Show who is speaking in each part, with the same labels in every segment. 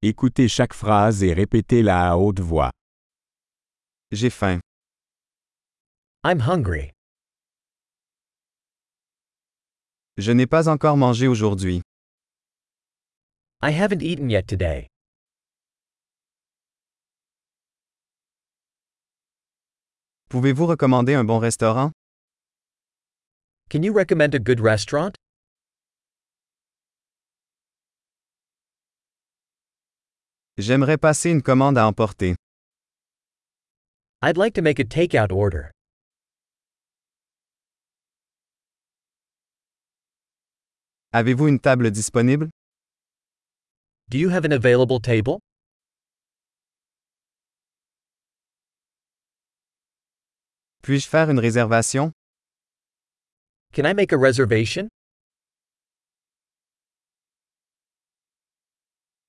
Speaker 1: Écoutez chaque phrase et répétez-la à haute voix.
Speaker 2: J'ai faim.
Speaker 3: I'm hungry.
Speaker 2: Je n'ai pas encore mangé aujourd'hui.
Speaker 3: I haven't eaten yet today.
Speaker 2: Pouvez-vous recommander un bon restaurant?
Speaker 3: Can you recommend a good restaurant?
Speaker 2: J'aimerais passer une commande à emporter.
Speaker 3: I'd like to make a takeout order.
Speaker 2: Avez-vous une table disponible?
Speaker 3: Do you have an available table?
Speaker 2: Puis-je faire une réservation?
Speaker 3: Can I make a reservation?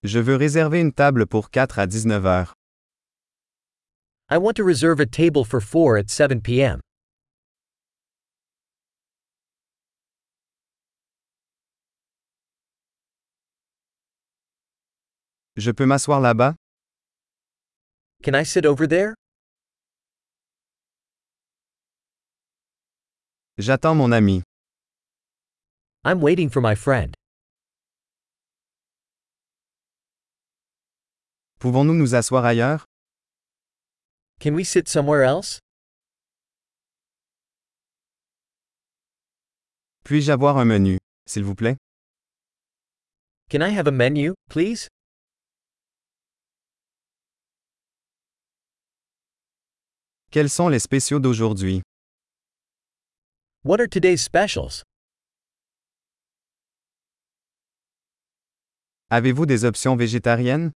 Speaker 2: Je veux réserver une table pour 4 à 19 heures.
Speaker 3: I want to reserve a table for 4 at 7 p.m.
Speaker 2: Je peux m'asseoir là-bas?
Speaker 3: Can I sit over there?
Speaker 2: J'attends mon ami.
Speaker 3: I'm waiting for my friend.
Speaker 2: Pouvons-nous nous asseoir ailleurs?
Speaker 3: Can we sit somewhere else?
Speaker 2: Puis-je avoir un menu, s'il vous plaît?
Speaker 3: Can I have a menu, please?
Speaker 2: Quels sont les spéciaux d'aujourd'hui?
Speaker 3: What are today's specials?
Speaker 2: Avez-vous des options végétariennes?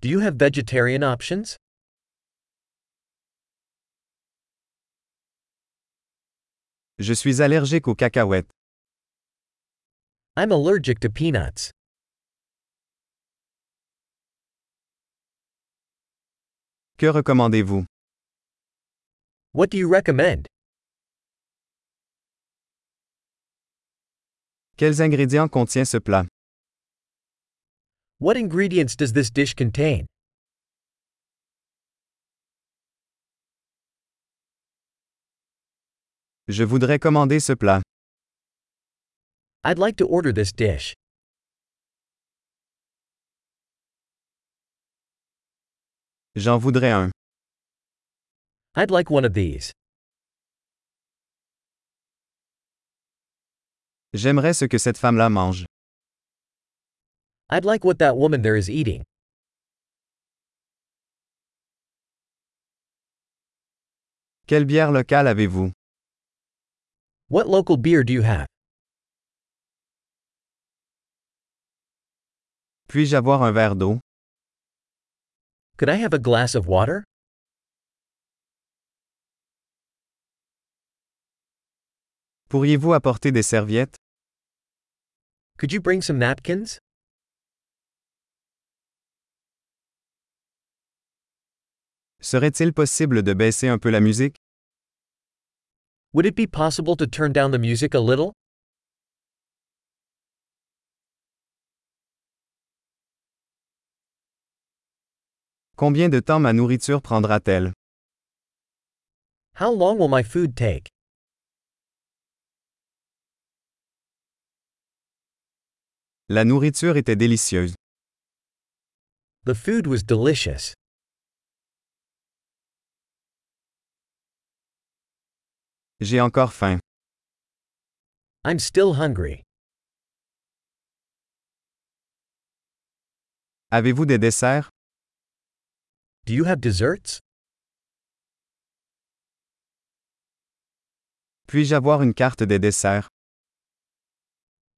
Speaker 3: Do you have vegetarian options?
Speaker 2: Je suis allergique aux cacahuètes.
Speaker 3: I'm allergic to peanuts.
Speaker 2: Que recommandez-vous?
Speaker 3: What do you recommend?
Speaker 2: Quels ingrédients contient ce plat?
Speaker 3: What ingredients does this dish contain?
Speaker 2: Je voudrais commander ce plat.
Speaker 3: I'd like to order this dish.
Speaker 2: J'en voudrais un.
Speaker 3: I'd like one of these.
Speaker 2: J'aimerais ce que cette femme-là mange.
Speaker 3: I'd like what that woman there is eating.
Speaker 2: Quelle bière locale avez-vous?
Speaker 3: What local beer do you have?
Speaker 2: Puis-je avoir un verre d'eau?
Speaker 3: Could I have a glass of water?
Speaker 2: Pourriez-vous apporter des serviettes?
Speaker 3: Could you bring some napkins?
Speaker 2: Serait-il possible de baisser un peu la musique?
Speaker 3: Would it be possible to turn down the music a little?
Speaker 2: Combien de temps ma nourriture prendra-t-elle?
Speaker 3: How long will my food take?
Speaker 2: La nourriture était délicieuse.
Speaker 3: The food was delicious.
Speaker 2: J'ai encore faim.
Speaker 3: I'm still hungry.
Speaker 2: Avez-vous des desserts?
Speaker 3: Do you have desserts?
Speaker 2: Puis-je avoir une carte des desserts?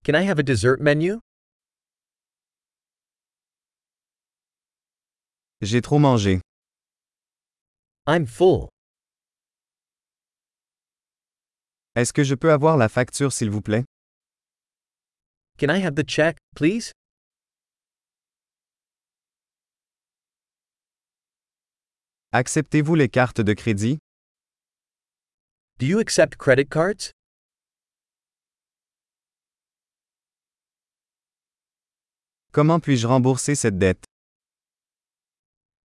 Speaker 3: Can I have a dessert menu?
Speaker 2: J'ai trop mangé.
Speaker 3: I'm full.
Speaker 2: Est-ce que je peux avoir la facture, s'il vous plaît?
Speaker 3: Can I have the check, please?
Speaker 2: Acceptez-vous les cartes de crédit?
Speaker 3: Do you accept credit cards?
Speaker 4: Comment puis-je rembourser cette dette?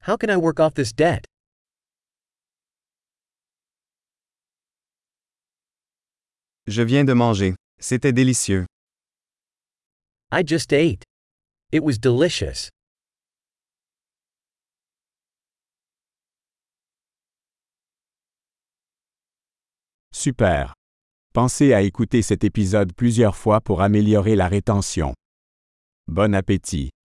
Speaker 3: How can I work off this debt?
Speaker 4: Je viens de manger. C'était délicieux.
Speaker 3: I just ate. It was delicious.
Speaker 2: Super. Pensez à écouter cet épisode plusieurs fois pour améliorer la rétention. Bon appétit.